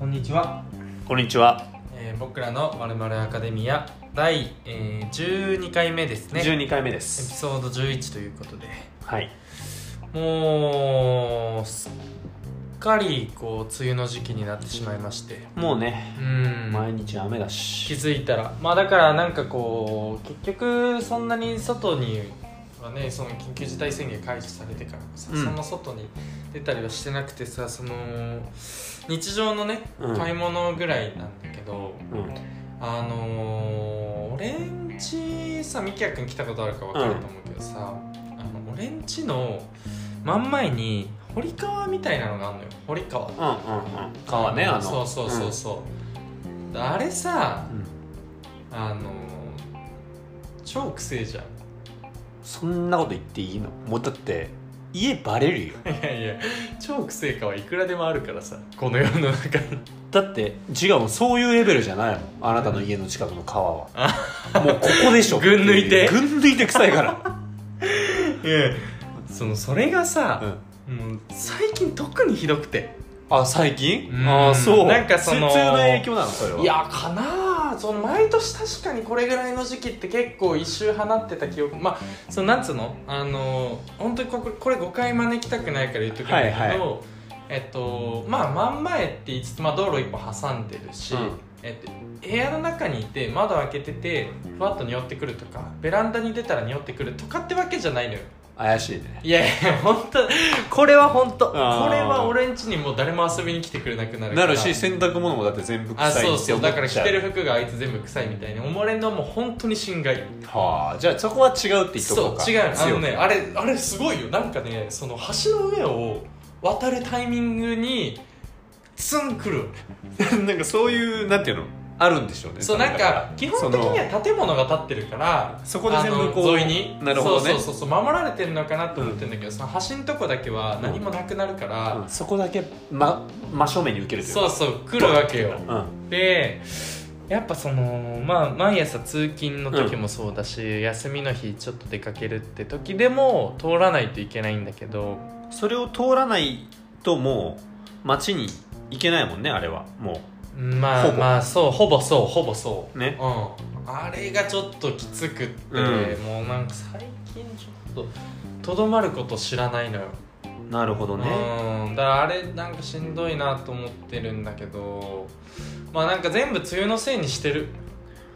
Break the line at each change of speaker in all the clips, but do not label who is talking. こんにちは、
こんにちは、
えー僕らのまるまるアカデミア第、えー12回目ですねエ
12回目で
ピ
す
ソード11ということで
はい
もうすっかりこう梅雨の時期になってしまいまして
もうね
うん
毎日雨だ
気
し
づいたらまあだからなんかこう結局そんなに外にはねその緊急事態宣言解除されてからさ、
うん
そんな外に出たりはしてなくてさその日常のね
うん
買い物ぐらいなんだけど、
うん
あのー、俺んちさみきやくん来たことあるか分かると思うけどさ、あの俺んちの真ん前に堀川みたいなのがあるのよ堀川
うんうんうん川ねあの
そうそうそうそう、であれさ
うん、うん
あのー、超くせえじゃん
そんなこと言っていいのもうだって家バ レるよ
いやいや超くせえかはいくらでもあるからさこの世の 中に
だって違うもんそういうレベルじゃないもんあなたの家の近くの川はもうここでし ょ
群抜いて
群抜いて臭 いから、
いやそのそれが
う
さ、
ん、
もう最近特にひどくて
あ最近
うん
ああそう
なんかその
普通の影響なのそれはい
やかなあその毎年確かにこれぐらいの時期って結構一周放ってた記憶まあそのなんつうのあの本当にこここれ誤解招きたくないから言っとくんだけど、
はい
えっとまあ真ん前って言いつつ、まあ、道路一本挟んでるし、
うん
えっと、部屋の中にいて窓開けててふわっと匂ってくるとかベランダに出たら匂ってくるとかってわけじゃないのよ
怪しいね
いやいや本当これは本当これ
あー
は俺ん家にもう誰も遊びに来てくれなくなるか
な
ら
るし洗濯物もだって全部臭い
あ
って
そう
思っちゃ
そううだから着てる服があいつ全部臭いみたいに思われるのはもう本当に心外
はあじゃあそこは違うって言っと
そ
こうか
う違うあ
強
の
く
ねあれあれすごいよなんかねその橋の上を渡るタイミングにツンくる
なんかそういうなんていうのあるんでしょうね
そうなん
だら
か基本的には建物が建ってるから
そこで全部こう
あの沿いに
なるほど
そ
ね
うそうそうそう守られてるのかなと思ってるんだけど、その橋のとこだけは何もなくなるか
そ
ら、
のうんそこだけま真正面に受けるという
そう
か
そう来るわけよ
う
でやっぱそのまあ毎朝通勤の時もそうだし、休みの日ちょっと出かけるって時でも通らないといけないんだけど
んそれを通らないともう街に行けないもんねあれはも
ま
ほ
あ
ぼ
まあそうほぼそうほぼそう
ね
ううんあれがちょっときつくって、
う
もうなんか最近ちょっととどまること知らないのよ、
なるほどね
うんだからあれなんかしんどいなと思ってるんだけどまあなんか全部梅雨のせいにしてる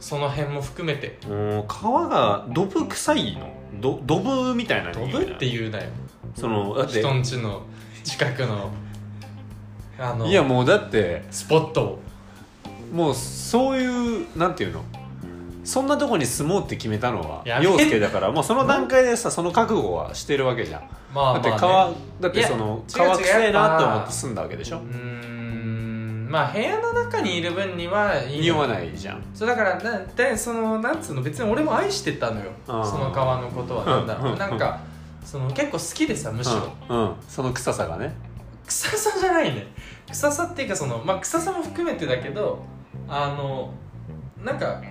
その辺も含めて
うん川がドブ臭いのどドブみたいな
飛
匂い
ぶって
う
言うなよ
そのだって
人んちの近くのあの
いやもうだって
スポットを
もうそういうなんていうのそんなとこに住もうって決めたのは
やめ
陽介だからもうその段階でさその覚悟はしてるわけじゃん
まあまあ、
だ
ね、
って川だっ
い
て
や
その
違う違う
川臭いなと思
やっ
っ
ぱ
て住んだわけでしょ
うーんまあ部屋の中にいる分にはいい
匂わないじゃん
そうだからなでそのなんつうの別に俺も愛してたのよそ
あー
の川のことはなんだろ
う
うんなんかその結構好きでさむしろ、
うん、うん、その臭さがね
臭さじゃないね臭さっていうかそのまあ臭さも含めてだけどあのなんか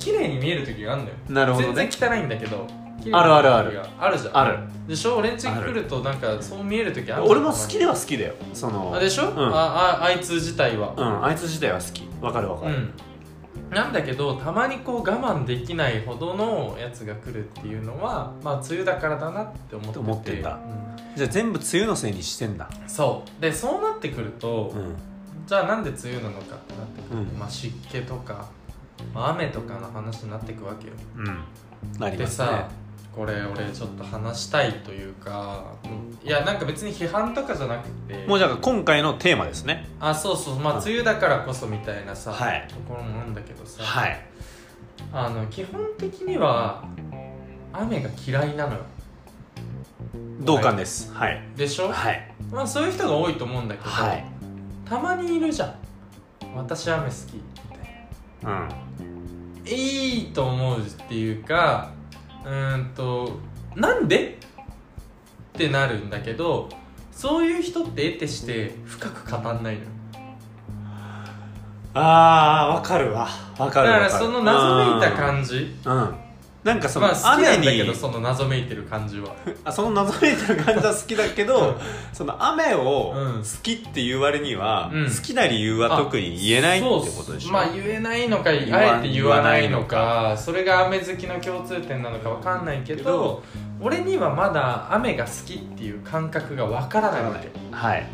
綺麗に見える時があるんだよ
なるほどね
全然汚いんだけど
あるあるある
綺麗に見え時があるじゃん
ある
でしょ俺ん家来るとなんかそう見える時ある
俺も好き
で
では好きだよその
あでしょ、
うん
あああいつ自体は
うんあいつ自体は好きわかるわか
う
る、
んなんだけどたまにこう我慢できないほどのやつが来るっていうのはまあ梅雨だからだなって思ってて
思ってんだ
う
じゃあ全部梅雨のせいにしてんだ
んそうでそうなってくると、
うん
じゃあなんで梅雨なのかってなってくる、
うん
まあ湿気とか、まあ雨とかの話になってくわけよ
うんなり
で
ますね
さこれ俺ちょっと話したいというかいやなんか別に批判とかじゃなくて
もうじゃあ今回のテーマですね
あそうそうまあ
うん
梅雨だからこそみたいなさ、
はい
ところもあるんだけどさ、
はい
あの基本的には雨が嫌いなのよ
同感ですはい
でしょ、
はい
まあそういう人が多いと思うんだけど、
はい
たまにいるじゃん私雨好き
うん
いいと思うっていうかうーんとなんでってなるんだけどそういう人って得てして深く語んないのよ
あーわかるわわか
だ
る
か
わ
ら
る
その謎めいた感じ
うんなんかその
まあ好きな
雨
ん
に、
だけどその謎めいてる感じは
あその謎めいてる感じは好きだけ
う
ど
ん
その雨を
うん
好きっていう割には、
うん
好きな理由は特に言えないってことでし
そう
ょ
まあ言えないのかあ
言わん
えて言わないのかそれが雨好きの共通点なのかわかんないけ
け
ど
ど
俺にはまだ雨が好きっていう感覚がわからないわけ
はい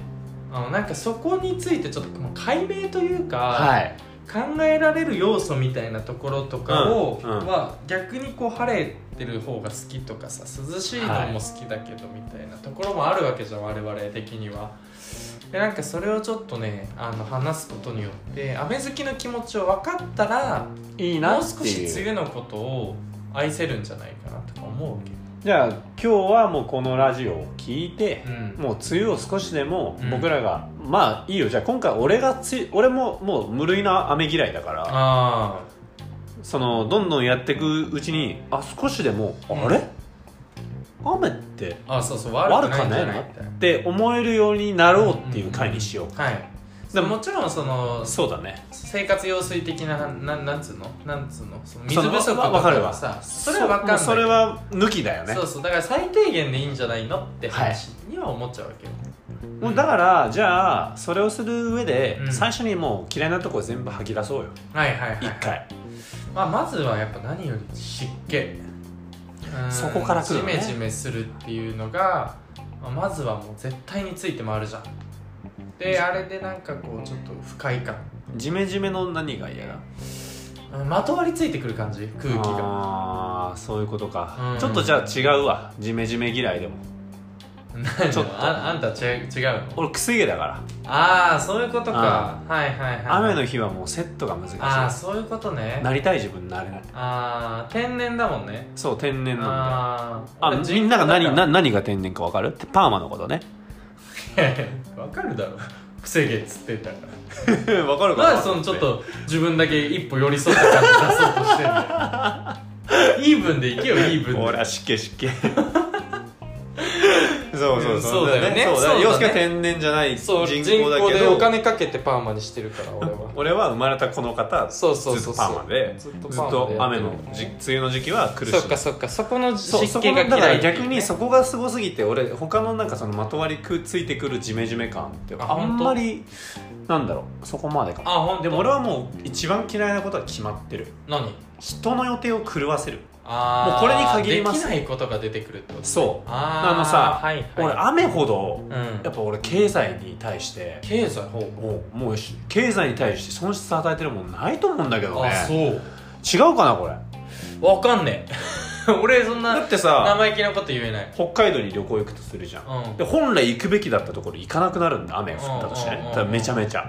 あのなんかそこについてちょっともう解明というか、
はい
考えられる要素みたいなところとかを、
うんうん
は逆にこう晴れてる方が好きとかさ涼しいのも好きだけどみたいなところもあるわけじゃん我々的には。でなんかそれをちょっとねあの話すことによって雨好きの気持ちを分かったら
いい
も
な
う
っ
少
て
し
いう
次のことを愛せるんじゃないかなとか思うわけ。
じゃあ今日はもうこのラジオを聞いて
う、ん
もう梅雨を少しでも
うん
僕らが、まあいいよじゃあ今回俺がつい俺ももう無類な雨嫌いだから
あ
そのどんどんやっていくうちにあ少しでもあれ、雨って
ーあそうそう悪くないんじゃない
悪
みたいな
って思えるようになろうっていう回にしよう、
はい
でも
もちろんその
そうだね
生活用水的なななんつうのなんつうのその水
その
不足と
わわかる
か
わ
さそれは分かんない
それは抜きだよね
そうそうだから最低限でいいんじゃないのって話には思っちゃうわけよ、
もうだからじゃあそれをする上で、
うん
最初にもう嫌いなとこ全部吐き出そうよ
はい、はいはい
一回
まあ、まずはやっぱ何より湿気うん
そこから来るよね
ジメジメするっていうのが、まあまずはもう絶対について回るじゃんであれでなんかこうちょっと不快感
ジメジメの何が嫌だ
うんまとわりついてくる感じ空気が
ああそういうことか、
うん
ちょっとじゃあ違うわジメジメ嫌いでも
何
ちょっと
ああんた違う違うの
俺くす毛だから、
ああそういうことかはいはいはい
雨の日はもうセットが難し
ああ
い
そういうことね
なりたい自分になれない
ああ天然だもんね
そう天然なんだ
あー
あ
俺
みんなが何
だ
な何が天然か分かるってパーマのことね
から わかるだろくせ毛っつってたから
分かる
なんでそのちょっと自分だけ一歩寄り添った感じ出そうとしてんだよイーブンでいけよイーブン
ほ
で
ら湿気湿 気そうそううんそう
そうだよね
そう
そうだ
だよ
ね
洋介は天然じゃない人
そう
工だ
人工
けど
でお金かけてパーマにしてるから俺は
俺は生まれたこの方ずっ
そうそうそ
と
うそう
パーマでず
ず
っ
っとパーマで
と雨の
やって
じ
る
梅雨の時期は苦しい
そっかそっかそこの
そう
湿
そ
気
こ
が
のだか
嫌
ら
い
逆にそこがすごすぎて俺他のなんかそのまとわりくついてくるジメジメ感って
あ
あんまりなんだろうそこまでか
あ
も
ほんで
でも
も
俺
俺は
はもう一番嫌いなことは決まってる
何
人の予定を狂わせる
ああ
もうこれに限ります
できないことが出てくるってこと
そう
あー
あのさ
はいはい、
俺雨ほど
うん
やっぱ俺経済に対して
経済ほう
もうもうし経済に対して損失与えてるもんないと思うんだけどね
あそう
違うかなこれ
わかんねえ 俺そん
だ
な
ってさ
生意気なこと言えない
北海道に旅行行くとするじゃん、
うん
で本来行くべきだったところ行かなくなるんだ雨が降ったとして
うんうんうんうん
ねだからめちゃめちゃっ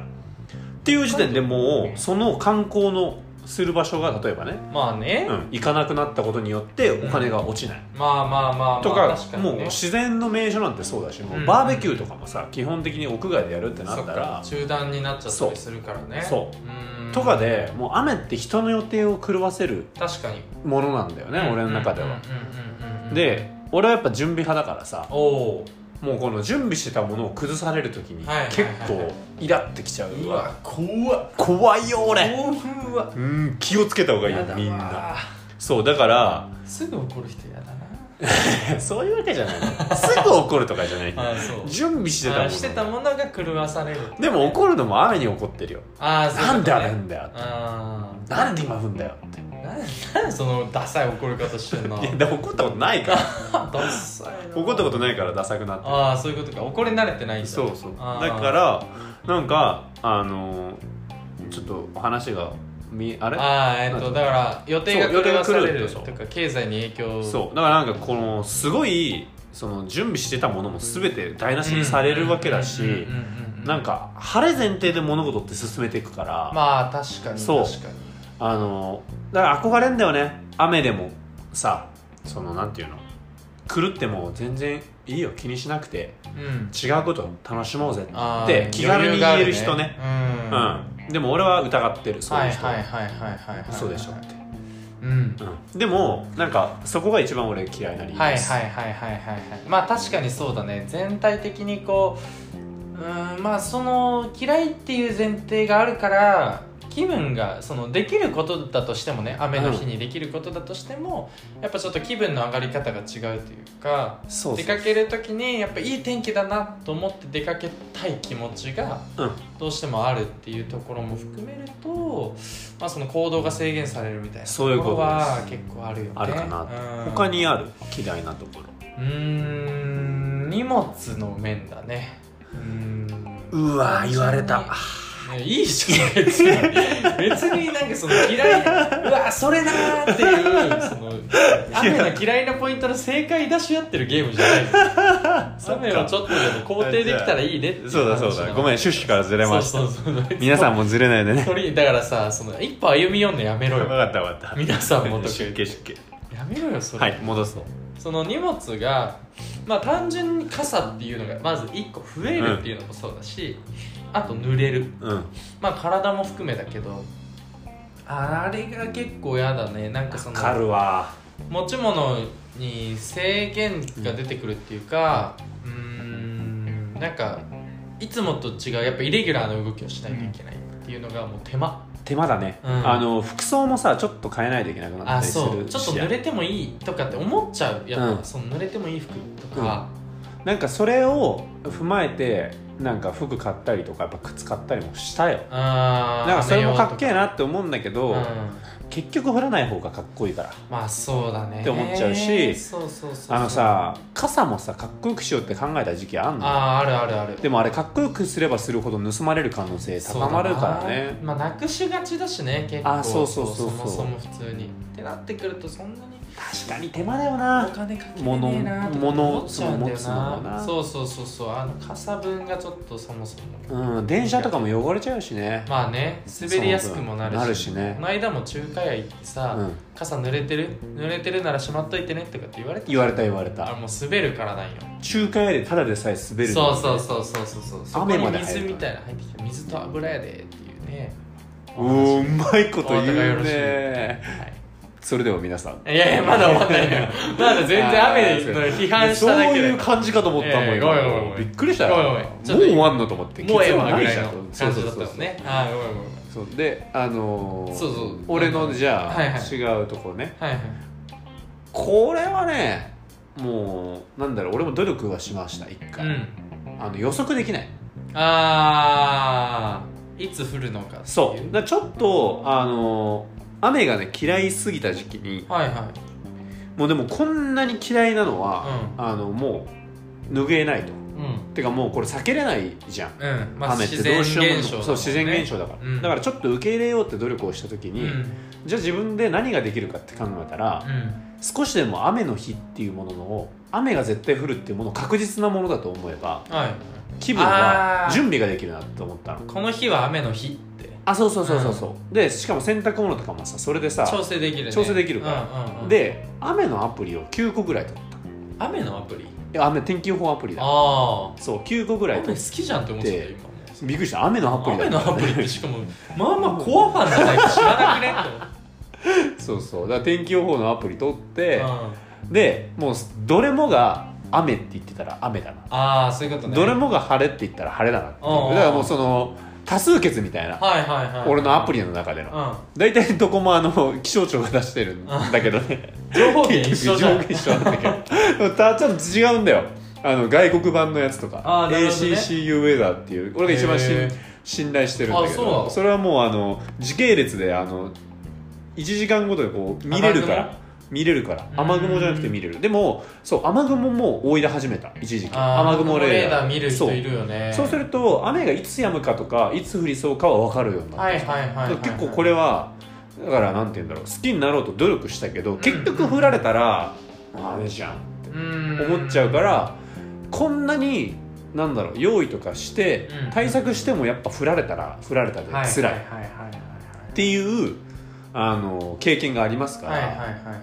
ていう時点でもうその観光のする場所が例えばね、
まあね、
うん、行かなくなったことによってお金が落ちない、
まあまあまあまあ
とか,、
確か
もう
にね
自然の名所なんてそうだしも
ん
うバーベキューとかもさ基本的に屋外でやるってな
そ
っ
ったから中断になっちゃったりするからね
そう
ーん
とかでもう雨って人の予定を狂わせる
確かに
ものなんだよね、俺の中では、
うんうんうんうんうん
で俺はやっぱ準備派だからさ
おお
もうこの準備してたものを崩される時に
はいはいはい
結構イラってきちゃう,、
うわ怖っ
怖いよ俺
興奮は
うん気をつけた方がいいよ
やだわ
みんなそうだから
すぐ怒る人やだな
そういうわけじゃないのすぐ怒るとかじゃない
あそう
準備してたも
あ
の
してたものが狂わされる
でも怒るのも雨に怒ってるよ
ああそういうこと
なんで
ね
あれんだよ
あー
なんで今降んだよって
ななんそのダサい怒り方してんの
いやでも怒ったことないから
ダサいな
怒ったことないからダサくなって
ああそういうことか怒り慣れてないんだ
そうそうだ
あー
からなんかあのーちょっと話がみあれ
ああえっとだから予定が
そう予定
狂
が
わされ
狂う
る
でしょ
とか経済に影響
そうだからなんかこのすごいその準備してたものも全て台無しにされるわけだ
うんうんうん
し
うんうん
なんか晴れ前提で物事って進めていくから、
まあ確かに
そう
確かに
あのだから憧れんだよね雨でもさそのなんていうの狂っても全然いいよ気にしなくて
うん
違うこと楽しもうぜ
あー
って気軽に言える人ね
余裕があるねうん
うん、でも俺は疑ってるそう
はいいう
人
はいはいはいはいはい
嘘でしょって、
うん
うん、でもなんかそこが一番俺嫌いな理由
はいは
で
い
す、
はいはいはいはいまあ確かにそうだね全体的にこううーんまあその嫌いっていう前提があるから気分がそのできることだとしてもね雨の日にできることだとしても、やっぱちょっと気分の上がり方が違うというか
そうそう
出かける時にやっぱいい天気だなと思って出かけたい気持ちが
うん
どうしてもあるっていうところも含めると、まあ、その行動が制限されるみたいな
そういう
と
こ
ことろは
です
結構あるよね。
あるかなって
うん
他にある嫌いなところ
うーん荷物の面だねうーん
うわ言われた
ねいいじゃん別に別になんかその嫌いうわそれなーっていうその雨の嫌いなポイントの正解出し合ってるゲームじゃない
そっか
雨をちょっとでも肯定できたらいいねってい
そうだそうだごめん趣旨からず
ず
れました
そうそうそう
皆さん
も
もずれないでね
だからさその一歩歩み寄んのやめろ
分
よ
かった分かった
皆さんもとか言
失
って
敬失敬
やめろよそれ、
はい戻そう
その荷物がまあ単純に傘っていうのがまず1個増えるっていうのもそうだし、あと濡れる
うん
まあ体も含めだけどあれが結構やだねなんかそ
分か
の
るわ
持ち物に制限が出てくるっていうかうーんなんかいつもと違うやっぱイレギュラーな動きをしないといけないっていうのがもう手間
手間だね、
うん
あの服装もさちょっと変えないといけなくな
あ
ったりする
そうちょっと
し
濡れてもいいとかって思っちゃうやっぱ、
うん
その濡れてもいい服とか、
なんかそれを踏まえてなんか服買ったりとかやっぱ靴買ったりもしたよ
あー
なんかそれもかっけ
え
えなって思うんだけど、
うん
結局降らない方がかっこいいから
まあそうだね
って思っちゃうし
そうそうそうそう
あのさ傘もさかっこよくしようって考えた時期あんの
あーあるあるある
でもあれかっこよくすればするほど盗まれる可能性高まるからね
そうだなまあなくしがちだしね結構
あそうそうそうそう
もそも普通にってなってくるとそんなに
確かに手間だよ
お
な
金かけれねえなとか思っちゃうんだよ
物その持つのも
な
な
そうそうそうそうあの傘分がちょっとそもそも
うん電車とかも汚れちゃうしね、
まあね滑りやすくもなるし
なるしね
この間も中華街行ってさ、
うん、
傘濡れてる濡れてるならしまっといてねとかって言われて
言われた言われ
あ
た
れもう滑るからなんよ
中華屋でただでさえ滑る
そうそうそうそうそうそうそこに
雨まで入る
水みたいなの入ってきて水と油やでっていうね
うおーうまいこと言
お互いよ
う
ろしい
ね
はい
それでは皆さん
いやいや、まだ終わんないの よ。まだ全然雨の批判しただけ
そう
で。
いう感じかと思ったもん、
えーごめんごめんごめん
びっくりした
ご
よ
めんごめんちょっ
も
と
う終わんのと思って
もうええわぐ
結論な
ら
い
い
じゃん
の感じだった
そう
の
そうそう
ね。あーごめんごめん。
そうであのー
そうそう
俺のじゃあ、
はいはい
違うとこね
はいはい。
これはねもうなんだろう俺も努力はしました一
う
回、
ん。
あの予測できない
あー、いつ降るのかっていう。
そうだからちょっとあのー雨がね嫌いすぎた時期に
はいはい。
もうでもこんなに嫌いなのは、あのもう拭えないと
うん。うん。
てかもうこれ避けれないじゃん
うん。まあ、
雨って
自
ど
然
う
現
し
象だも
ようも、
んね
そう自然現象だから、
うん
だからちょっと受け入れようって努力をした時
う
に、
ん。うん。
じゃあ自分で何ができるかって考えたら、少しでも雨の日っていうものの雨が絶対降るっていうものを確実なものだと思えば
はい。
気分は
あー
準備ができるなと思ったの
この日は雨の日って。
あそうそうそうそうそう、でしかも洗濯物とかもさそれでさ
調整できるね。
調整できるから
うんうんうん。、
で雨のアプリを9個ぐらい取ったい
雨のアプリ
や雨天気予報アプリだ
あー。
そう9個ぐらい
雨好
取っ
きじゃんって思ってたよ、今もう。
びっくりした雨のアプリだ
雨のアプリってしかもまあまあコアファンじゃないと知らなくねって思っ
そうそうだから天気予報のアプリ取って
て、うん
でもうどれもが雨って言ってたら雨だな、
ああそういうことね
どれもが晴れって言ったら晴れだなっていう
うんうんうん
だからもうその多数決みたいな、
はいはいはい
俺のアプ
リ
リの中での、
うん
大体どこもあの気象庁が出してるんだけどね
情報源
結
一緒
局
じゃ
上
ん
下一緒なんだけどたちょっと違うんだよあの外国版のやつとか
あーなるほどね
ACCU ウェザーっていう俺が一番信
へー
信頼してるんだけ
あそうな
ど
の
それはもうあの時系列であの1時間ごとでこう見れるから見れるから
うん
雨雲じゃなくて見れるでもそう雨雲も追い出始めた一時期
あー
雨雲レーダー
見る人いるよね
そうそうすると雨がいつ止むかとかいつ降りそうかは分かるようになっ
は
て
い
きた
はいはいはい
結構これはだからなんて言うんだろう好きになろうと努力したけど
ん
結局振られたらあれじゃんって思っちゃうかららこんなになんだろう用意とかして
うん
対策してもやっぱ振られたら振られたで辛い
はい
っ
はいはい
ていうあの経験がありますか
はいはいはいはいはい
ら
は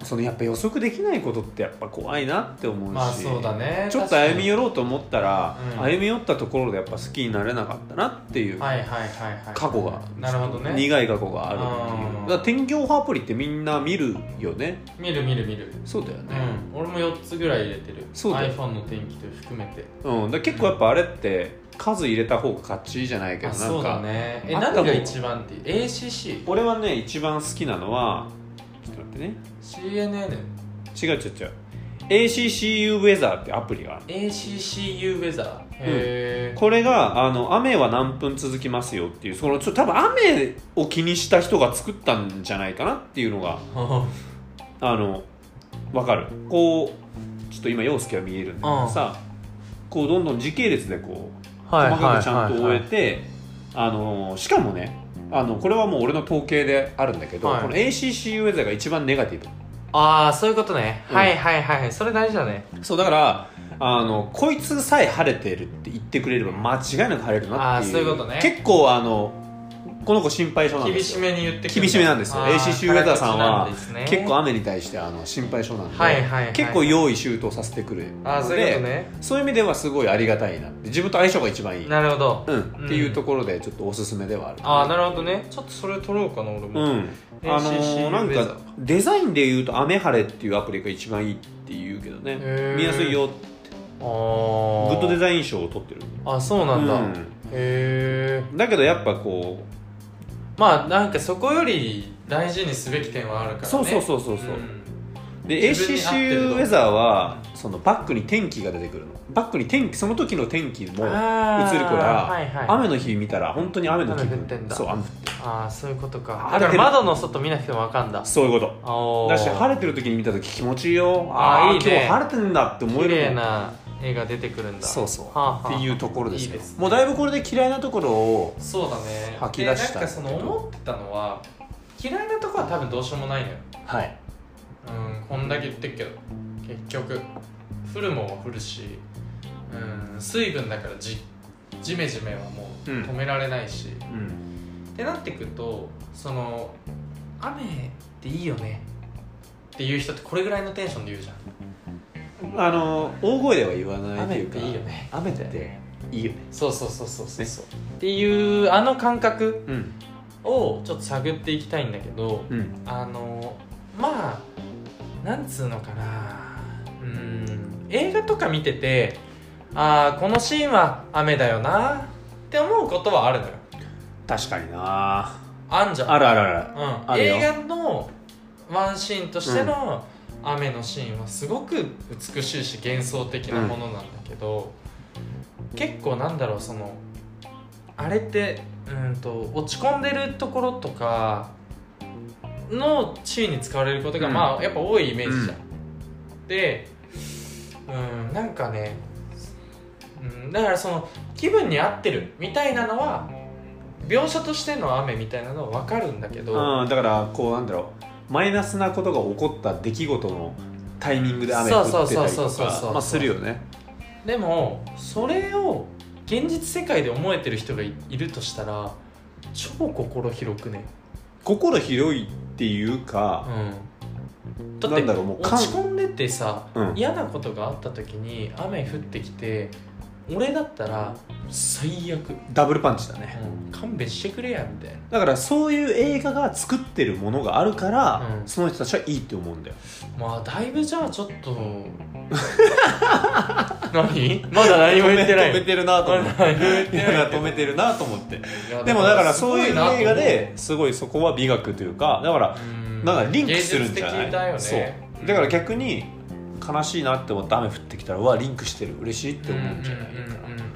い
そのやっぱ予測できないことってやっぱ怖いなって思うし
まあそうだね
ちょっと歩み寄ろうと思ったら
確かにうん
歩み寄ったところでやっぱ好きになれなかったなっていう
はいはいはいはい
過去が
なるほどね
苦い過去があるっていう
うん
だから天気予報アプリってみんな見るよね
見る見る見る
そうだよ
う
ね、
ん俺も4つぐらい入れてる
そうだよ
iPhone の天気と含めて
うんだから結構やっぱあれって数入れた方が勝ちじゃないけど
あ
な
そ
ん
うだ
か、
ねえ
なんか
何が一番って ACC?
俺はね一番好きなのはちょっと待ってね
CNN
違う違う違う ACCU ウェザーってアプリがある
ACCU ウェザーへえ、
これがあの雨は何分続きますよっていうそのちょ多分雨を気にした人が作ったんじゃないかなっていうのがあのわかるこうちょっと今陽介は見えるんだけどさ、こうどんどん時系列でこう細かくちゃんと終えて、あのしかもねあのこれはもう俺の統計であるんだけど、
はい
この ACC ウェザーが一番ネガティブ
ああそういうことね、
うん
はいはいはいはいそれ大事だね
そうだからあのこいつさえ晴れてるって言ってくれれば間違いなく晴れるなってい
あー
う
そういうことね
結構あのこの子心配性なんで
厳
す
し
よ
めに言ってくる
厳しめなんですよ
あー
ACC ウェザーさん
辛口
は
なんですね
結構雨に対してあの心配性なんで、
はいはいはい
結構用意周到させてくるので
あーそういうことね
そういう意味ではすごいありがたいなって自分と相性が一番いい、
なるほど
うん、っていうところでちょっとおすすめではある
ああなるほどねちょっとそれ取ろうかな俺も、
うん、あの
ACC
ーなん
ウェザ
か
ー
デザインでいうと「雨晴れ」っていうアプリが一番いいっていうけどね
へー
見やすいよ
あ
グ
ー
ッドデザイン賞を取ってる
あそうなんだ、へ
う
え
んだけどやっぱこ
まあなんかそこより大事にすべき点はあるから
う
ね
そうそうそうそうそう、
ん
で
自分に合ってる
ACC ウェザーはそのバックに天気が出てくるのバックに天気その時の天気も映るか
あー
ら、
はいはい
雨の日見たら本当に雨の気
雨
分
降ってんだ
そう雨降ってる
ああそういうことか
晴
だ
れ
か
て
ら
る
窓の外見なくてもわかんだ
そういうこと
あー
だし晴れてる時に見た時気持ちいいよ
あー
ー
いいね
今日晴れてんだって思え
綺
る
麗
もん
な絵が出てくるんだ
そうそう、
はあはあ
っていうところですよ
いいですね
もうだいぶこれで嫌いなところを
そうだね
吐き出した
でなんかその思ってたのは嫌いなとこは多分どうしようもないのよ
はい
うんこんだけ言ってるけど結局降るもんは降るしうん水分だからじジメジメはもう
うん
止められないし、
うん
ってなってくるとその雨っていいよねっていう人ってこれぐらいのテンションで言うじゃ
あの大声では言わない
ん
と
雨
い
っ
うか
ていいよね
雨っていいよね
そうそうそうそうそう
ね
そうっていうあの感覚
うん
をちょっと探っていきたいんだけど
うん
あのまあなんつうのかなうん映画とか見ててああこのシーンは雨だよなって思うことはあるのよ
確かにな
あんじゃん
あるあるある
うん、
あるよ
映画のワンシーンとしての雨のシーンはすごく美しいし幻想的なものなんだけど、結構なんだろうそのあれってうんと落ち込んでるところとかのシーンに使われることが、
うん
まあやっぱ多いイメージじゃん。で、うん、なんかね、うん、だからその気分に合ってるみたいなのは描写としての雨みたいなのは分かるんだけど、
うん、だからこうなんだろうマイナスなことが起こった出来事のタイミングで雨降ってた
そう
りと
そうそうそうそうそ
か
う
まあするよね
でもそれを現実世界で思えてる人がいいるとしたら超心広くね、
心広いっていうか、
うん、だっ
な
て
んだろうもう
落ち込んでてさ
うん
嫌なことがあった時に雨降ってきて俺だったら最悪、
ダブルパンチだね
うん勘弁してくれやみたいな
だからそういう映画が作ってるものがあるから、
うん
その人たちはいいって思うんだよ
まあだいぶじゃあちょっと 何まだ何も言ってない
止めてるなと思っ
ま
て
だ何も言ってない
いや止めてるなと思 って
いや
でもだから
す
そ
ご
うい
いうなと思
映画ですごいそこは美学というかだから
うん
なんかリンクするんじゃな
芸
い
術的だよね
そうだから逆に悲しいなって思って雨降ってきたらうわリンクしてる嬉しいって思うんじゃないかなうん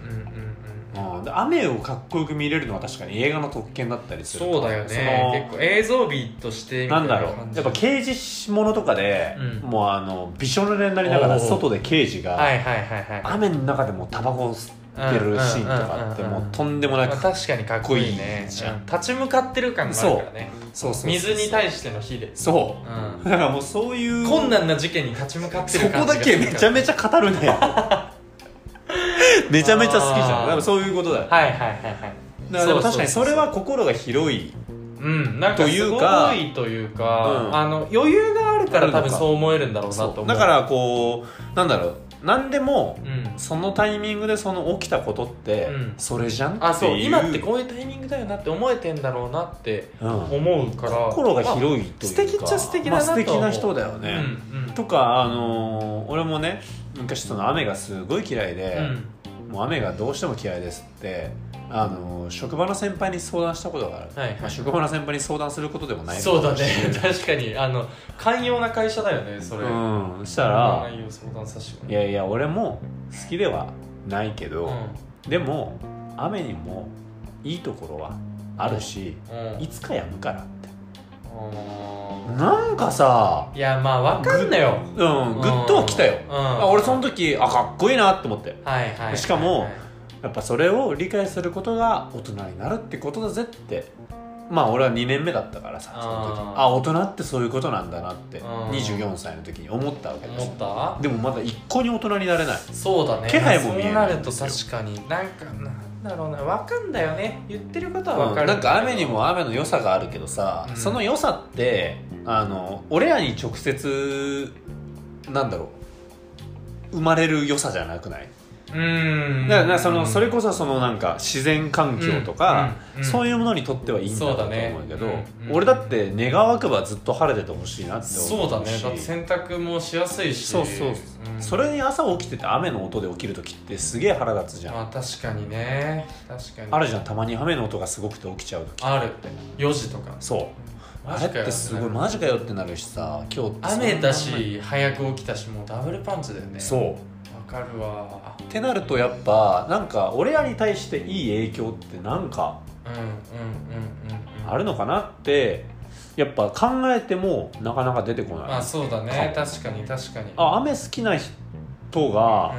で雨をかっこよく見れるのは確かに映画の特権だったりする
そうだよね結構映像美としてみ
その
た
ない
な
んだろう
感じ
やっぱ刑事ものとかで、
うん
もうあのびしょ濡れになりながら
おう
外で刑事が、
はいはいはいはい
雨の中でもうタバコを吸ってるシーンとかって
うんうんうん
も
うん
うとんでも
ま
な
あ
く、
確かにかっこいいね
かっこいいじゃん
うん立ち向かってる感があるからね
そうそうそう
水に対しての火で
そううんだからもうそういう
困難な事件に立ち向かって
そ
る
こ
感じ
だ
が
けめちゃ
め
めちゃ語るね めちゃめちゃ好きじゃん
あー
だからそういうことだよ
はいはいはいはい
だからでも確かにそれは心が広い
うんなんか
とい
す
う
ご
か
いというか
うん
あの余裕があるから
あるの
多
か
分そう思えるんだろうなと思
そううだからこうなんだろう何でも
うん
そのタイミングでその起きたことって
うん
それじゃんっていう
あそう今ってこういうタイミングだよなって思えてんだろうなって
うん
思うから
心が
い、
広いという
ま
か
あ素敵っちゃ素敵だな
まあ
とは思
素
う
敵な人だよ
まあ
ね
うんうん
とかあのー俺もね昔その雨がすごい嫌いで
うん
もう雨がどうしても嫌いですってあの職場の先輩に相談したことがある、
はいはい
まあ、職場の先輩に相談することでもない
そうだ
かも
ね
しれない
確かにあの寛容な会社だよねそれ、
うんそした
だ
ら
内容相談させて
いやいや俺も好きではないけど、
う
でも雨にもいいところはあるし、
んうん
いつかやむからって
うん
なんかさ
いやまあわかんなよ
うんグッとは来たよ
うん、
あ俺その
時
時あかっこいいなって思って
はいはいはい
しかもやっぱそれを理解することが大人になるってことだぜってまあ俺は2年目だったからさその時
あー
あ大人ってそういうことなんだなって
うん
24歳の時に思ったわけで
思
す
った
でもまだ一向に大人になれない
そうだね
気配も見えな
そ
い
うなると確かになんかなんだろうなわかんだよね言ってることはわかる
なんか雨に
あ
も雨の良さがあるけどさ、
うん
その良さってあの俺らに直接なんだろう生まれる良さじゃなくない、
うん
だからなそのそれこそそのなんか自然環境とか、そう
い
いうものにとってはいいんだろうと
そうだね
思うけど、
うんうん
俺だって願わくばずっと晴れててほしいなって
そ
思
うだね
し
だって洗濯もしやすいし
そうそうそれに朝起きてて雨の音で起きる時ってすげえ腹立つじ
じ
ゃん、
ゃあ確かにね確かに
あるじゃんたまに雨の音がすごくて起きちゃう時
ある4時とか
そうあれってすごいマジかよってなるしさ今日ってそんな
雨だし早く起きたしもうダブルパンチだよね
そうう
わかるわ
ってなるとやっぱなんか俺らに対していい影響ってなんか
うんうんうんうんうん
あるのかなってやっぱ考えてもなかなか出てこない、
まあそうだね確かに確かに
あ雨好きな人が、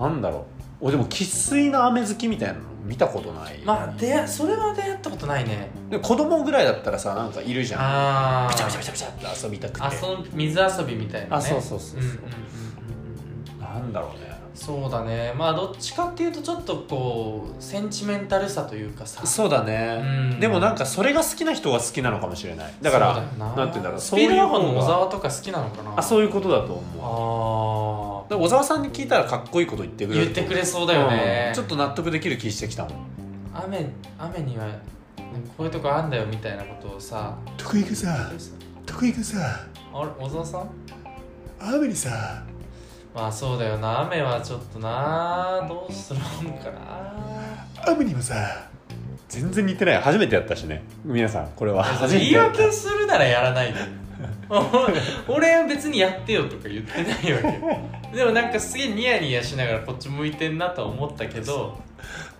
なんだろう俺でも生粋な雨好きみたいなの見たことない、
うんまあ出会それは出会ったことないね
で子供ぐらいだったらさなんかいるじゃん
あ
ピチャピチャ
あ
ピチャピチャって遊びたくて
あその水遊びみたいなね
あそうそうそうそう
うんうんうんうん
なんだろうね
そうだねまあどっちかっていうとちょっとこうセンチメンタルさというかさ
そうだね、
うん
でもなんかそれが好きな人が好きなのかもしれないだから
そうよ
なんて言うんだろう
スピードワゴンの小
そういう方
沢とか好きなのかな
あそういうことだと思う
あ
で小沢さんに聞いたらかっこいいこと言ってく
ー
れる
言ってくれそうだよね、
うんちょっと納得できる気してきたもん
雨雨にはこういうとこあんだよみたいなことをさ
得意が
あ
さ
れ
得意がさ
小沢さん
雨にさ
まあそうだよな雨はちょっとなどうするのかな
雨にもさ全然似てない初めてやったしね皆さんこれは初め
言
て
い
やっ
訳するならやらないで 俺別にやってよとか言ってないわけでもなんかすげえニヤニヤしながらこっち向いてんなとは思ったけど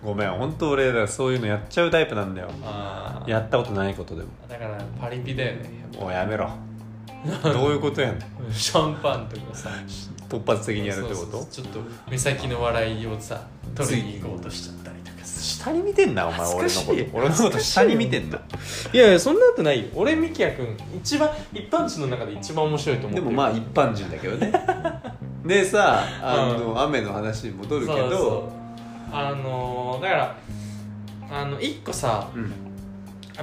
たごめん本当俺らそういうのやっちゃうタイプなんだよ
あー
やったことないことでも
だからパリピだよねやっぱ
おいやめろ どういうことやねん
シャンパンとかさ
突発的にやるってこ
そうそう
と
そうちょっと目先の笑いをさ取りに行こうとしちゃったりとかさ
下に見てんなお前俺のこと
恥ずかしい
俺のこと下に見てんない
やいやそんなことないよ俺ミキヤ君一番一般人の中で一番面白いと思って
で
る
もまあ一般人だけ どねでさあの、
う
雨の話に戻るけど
そうそうあのーだからあの一個さ
うん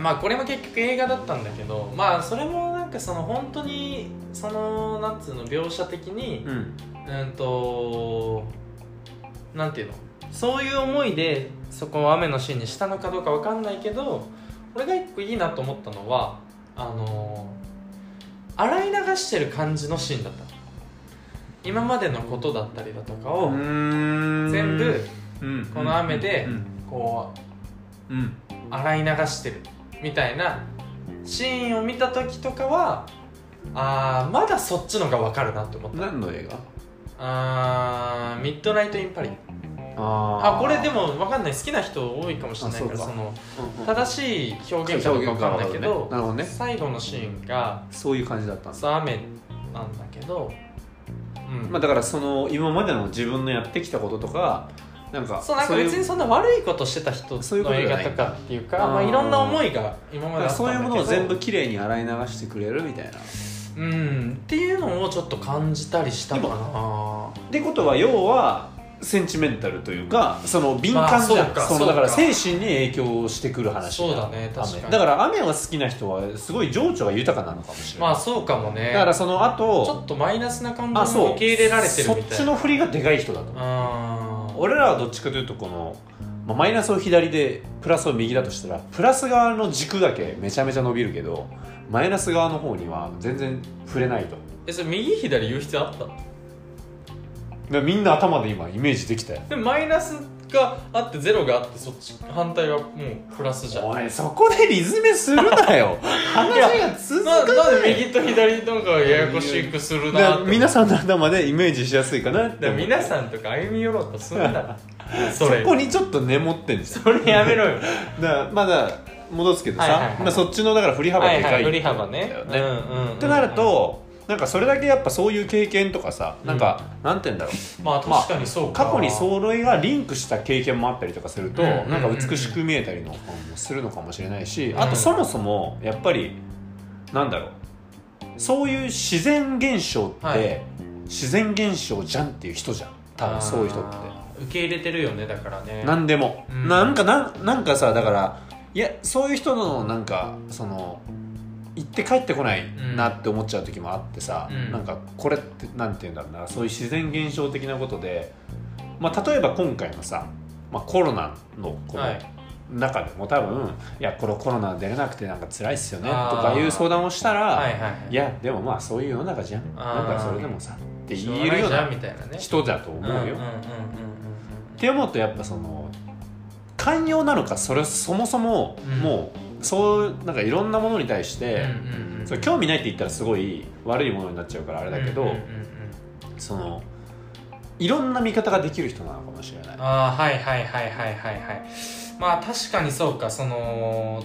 まあこれも結局映画だったんだけどまあそれもなんかその本当にそのなんつうの描写的に
うん
うんとなんていうのそういう思いでそこを雨のシーンにしたのかどうかわかんないけど俺が一個いいなと思ったのはあのー洗い流してる感じのシーンだった今までのことだったりだとかを全
全
部この雨でこ
うんうん
う洗い流してるみたいなシーンを見た時とかはあーまだそっちのがわかるなって思った
何の映画
あーミッドナイト・イン・パリ
あ
あこれでも分かんない好きな人多いかもしれないから
あ
そ
そうか
の
だ
正しい表現かどうか分かんないけど
なるほどね
最後のシーンが
そういう感じだったんです
そう雨なんだけど、うん
まあだからその今までの自分のやってきたこととかなんか
そうなんか
い
別にそんな悪いことしてた人
そういうこ
の
と
映
じゃ
画
ない
とかっていうか
あー
まあ、いろんな思いが今まであ
だから
ったん
そう
だ
い
けど
うものを全部きれいに洗い流してくれるみたいな。っ
うんっていうのをちょっと感じたりしたかな
てことは要はセンチメンタルというかその敏感じゃん、
まあそうか
そ
そ
の
うか
だから精神に影響してくる話
そうだね確かに
雨だから雨が好きな人はすごい情緒が豊かなのかもしれな
ま
い、
あそうかもね
だからその後
ちょっとマイナスな感
あ
情
そう
も受け入れられてるみ
そったち
いな
の振りがでかい人だと
あ
俺らはどっちかというとこの、まあ、マイナスを左でプラスを右だとしたらプラス側の軸だけめちゃめちゃ伸びるけどマイナス側の方には全然触れないと
えそれ右左言う必要あった
でみんな頭で今イメージできたよ
でマイナスがあってゼロがあってそっち反対はもうプラスじゃん
おいそこでリズメする なよ話が続
な
か
なん
な
で
い
右と左とかややこしくする
だから
な
皆さんの頭でイメージしやすいかなって
で
思う
皆さんとか歩み寄ろうとすんなそ
そ
れ
こにちょっと根持ってんですよ
それやめろよ
だからまだ戻すけど
は
さ、
いはいはい
まあ、そっちのだから振り幅でかい、
振り幅ね
だよ
うんうんうん
ってなるとなんかそれだけやっぱそういう経験とかさなんか、なんて言うんだろう
まあ確かにそうか
過去にそれがリンクした経験もあったりとかすると、
うんうんうんうん
なんか美しく見えたりのもするのかもしれないし、
うん
あとそもそもやっぱりなんだろうそういう自然現象って、
はい
自然現象じゃんっていう人じゃん多分そういう人って
あー受け入れてるよねだからね
何でも、
うん
なんかなんなんかさだからいやそういう人のなんかその行って帰ってこないなって思っちゃう時もあってさ、
うん
なんかこれってなんて言うんだろうなそういう自然現象的なことで、まあ、例えば今回のさ、まあ、コロナのこの
はい
中でも多分、い、やこれコロナ出れなくてなんか辛いっすよねと
あー
かいう相談をしたら、、
はいはいはい
やでもまあそういう世の中じゃん
あ
な
ー
んかそれでもさって
しょ
言
う
え
が
る
ない
よう
じゃ
なん
みたいなね
人だと思うよ。
んんんんん
って思うとやっぱその寛容なのかそれそもそも
うん
もうそうなんかいろんなものに対して、
うんうんうん
それ興味ないって言ったらすごい悪いものになっちゃうからあれだけど、
うんうんうんうん
そのいろんな見方ができる人なのかもしれない。
ああはいはいはいはいはいはいまあ確かにそうかその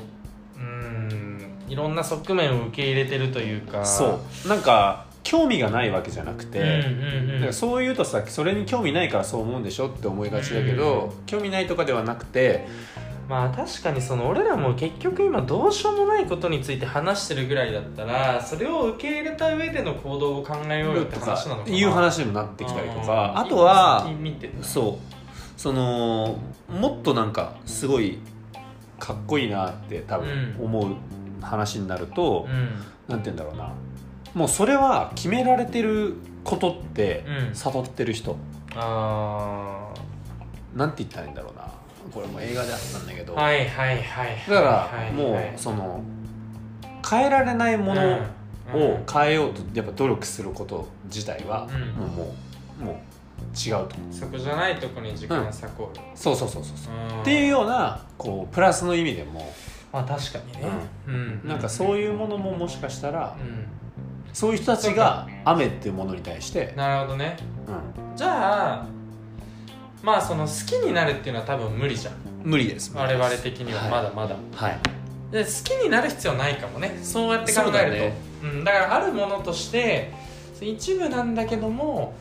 うーんいろんな側面を受け入れてるというか
そうなんか興味がないわけじゃなく
うんうん
て、
うん
だからそういうとさそれに興味ないからそう思うんでしょって思いがちだけど、興味ないとかではなくて
まあ確かにその俺らも結局今どうしようもないことについて話してるぐらいだったらそれを受け入れた上での行動を考えようよって
と
話なの
か
かな
いう話にもなってきたりとか、
うん
あとは
最近見てる
そうそのもっとなんかすごいかっこいいなって多分
うん
思う話になると、
うん
なんて言うんだろうなもうそれは決められてることって
うん
悟ってる人、
あ
なんて言ったらいいんだろうなこれも映画であったんだけど、
あはいはいはいはい
だ
は
か
いは
ら
い
もうその変えられないもの
うんうん
を変えようとやっぱ努力すること自体は
うん
もうもうもう違うと思う
そこじゃないとこに時間割こうよ、
そうそうそうそうそう
うん
っていうようなこうプラスの意味でも
まあ確かにね、うん
なんかそういうものももしかしたら
う
そういう人たちが雨っていうものに対して
ん、、なるほどね
うん
じゃあまあその好きになるっていうのは多分無理じゃん
無理です
我々的にはまだまだ、
はい
で好きになる必要はないかもねそうやって考える
そう
と
だ
う、
ね
ん、だからあるものとして一部なんだけども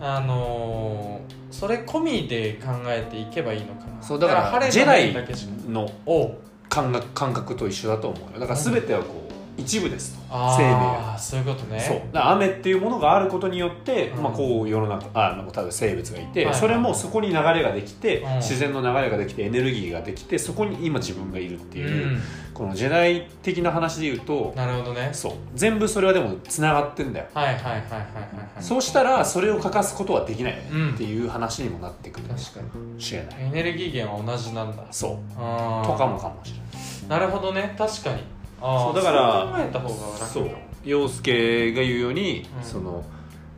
あのーそれ込みで考えていけばいいのかな
そうだからジェ
晴
ダ
れの面だ
イ
けしか
の
お
感覚感覚と一緒だと思うよだから全てはこう一部ですと生命
あ
は
あそういうことね
そうだから雨っていうものがあることによって、
うん
まあ、こう世の中あなんか例えば生物がいて、
はい
それもそこに流れができて、
うん
自然の流れができてエネルギーができてそこに今自分がいるっていう、
ん、
このジェダイ的な話で言うと
なるほどね
そう全部それはでもつながってんだよ
はいはいはいはいはいはい
そうしたらそれを欠かすことはできないよね
うん
っていう話にもなってくるか
確か
もしれない、
にエネルギー源は同じなんだ
そう
あー
とかもかもしれない
なるほどね確かにあ
そ
あ
うだから
そう考えた方が楽
そう陽介が言うように、
うん
その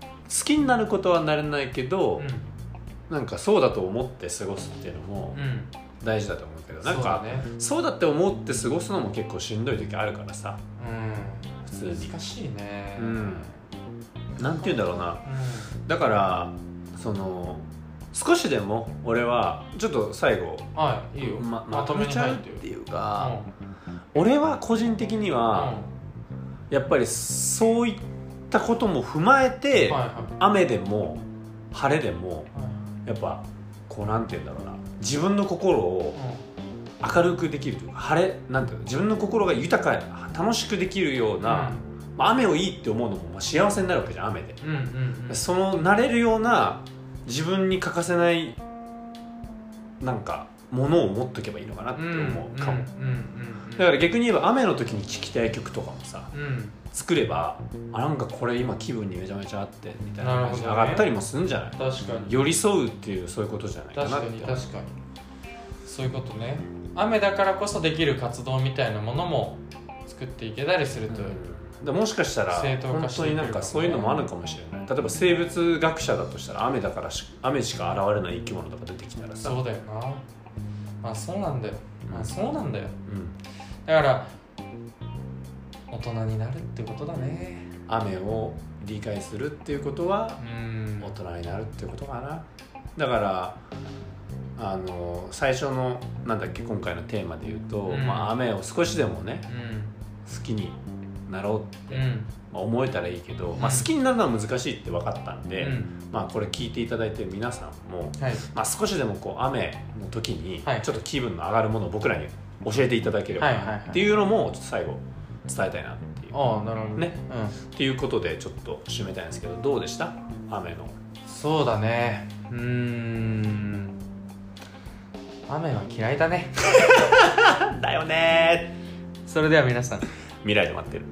好きになることはなれないけど、なんかそうだと思って過ごすっていうのも
うん、うん、
大事だと思うけど、なん
そうだ
か
ね
そうだって思って過ごすのも結構しんどい時あるからさ
うん
普通に
難しいね
うんなんて言うんだろうな
うん
だからその少しでも俺はちょっと最後
はいいいよ
ま
ま
ま
と
と
め
め
に
ちゃ
入
う
っ
って
よ
ていう
う
か、
ん
俺は個人的には、やっぱりそういったことも踏まえ
う
て、
んはいは
雨でも晴れでも
いはい
やっぱこうなんて言うんだろうな自分の心を明るくできるというか晴れなんていうの自分の心が豊かや楽しくできるような、まあ雨をいいって思うのもまあ幸せになるわけじゃん雨で、
うんうんうんうん
そのなれるような自分に欠かせないなんかものを持っとけばいいのかなって思うかも、
うんうんうん
だから逆に言えば雨の時に聴きたい曲とかもさ
うん
作ればあなんかこれ今気分にめちゃめちゃ合ってみたいな感
なる
じで上
ほどね
がったりもするんじゃない
確かに
寄り添うっていうそういうことじゃないか
確
なっ
か
て
に確かにそういうことね雨だからこそできる活動みたいなものも作っていけたりすると
うんだからもしかしたら
正当
本
化して
当
いけ
に
るかもね
なんかそういうのもあるかもしれない例えば生物学者だとしたら雨だからし雨しか現れない生き物とか出てきたらさ
そうだよなまあそうなんだよまあそうなんだよ
うん、
だから大人になるってことだね
雨を理解するっていうことは
うん
大人になるっていうことかなだからあの最初のなんだっけ今回のテーマで言うと、
うん
まあ、雨を少しでもね
う
好きになろうって、
んうん
まあ、思えたらいいけど、
ん
まあ、好きになるのは難しいって分かったんで、
うん
まあ、これ聞いていただいてる皆さんも、
はい
まあ、少しでもこう雨の時に
はい
ちょっと気分の上がるものを僕らに教えていただければ
はいはい
な
はい
っていうのもちょっと最後伝えたいなっていう。
ああなるほど
ね
うん
っていうことでちょっと締めたいんですけどどうでした雨の
そうだねうーん雨は嫌いだね
だよね
それでは皆さん
未来で待ってる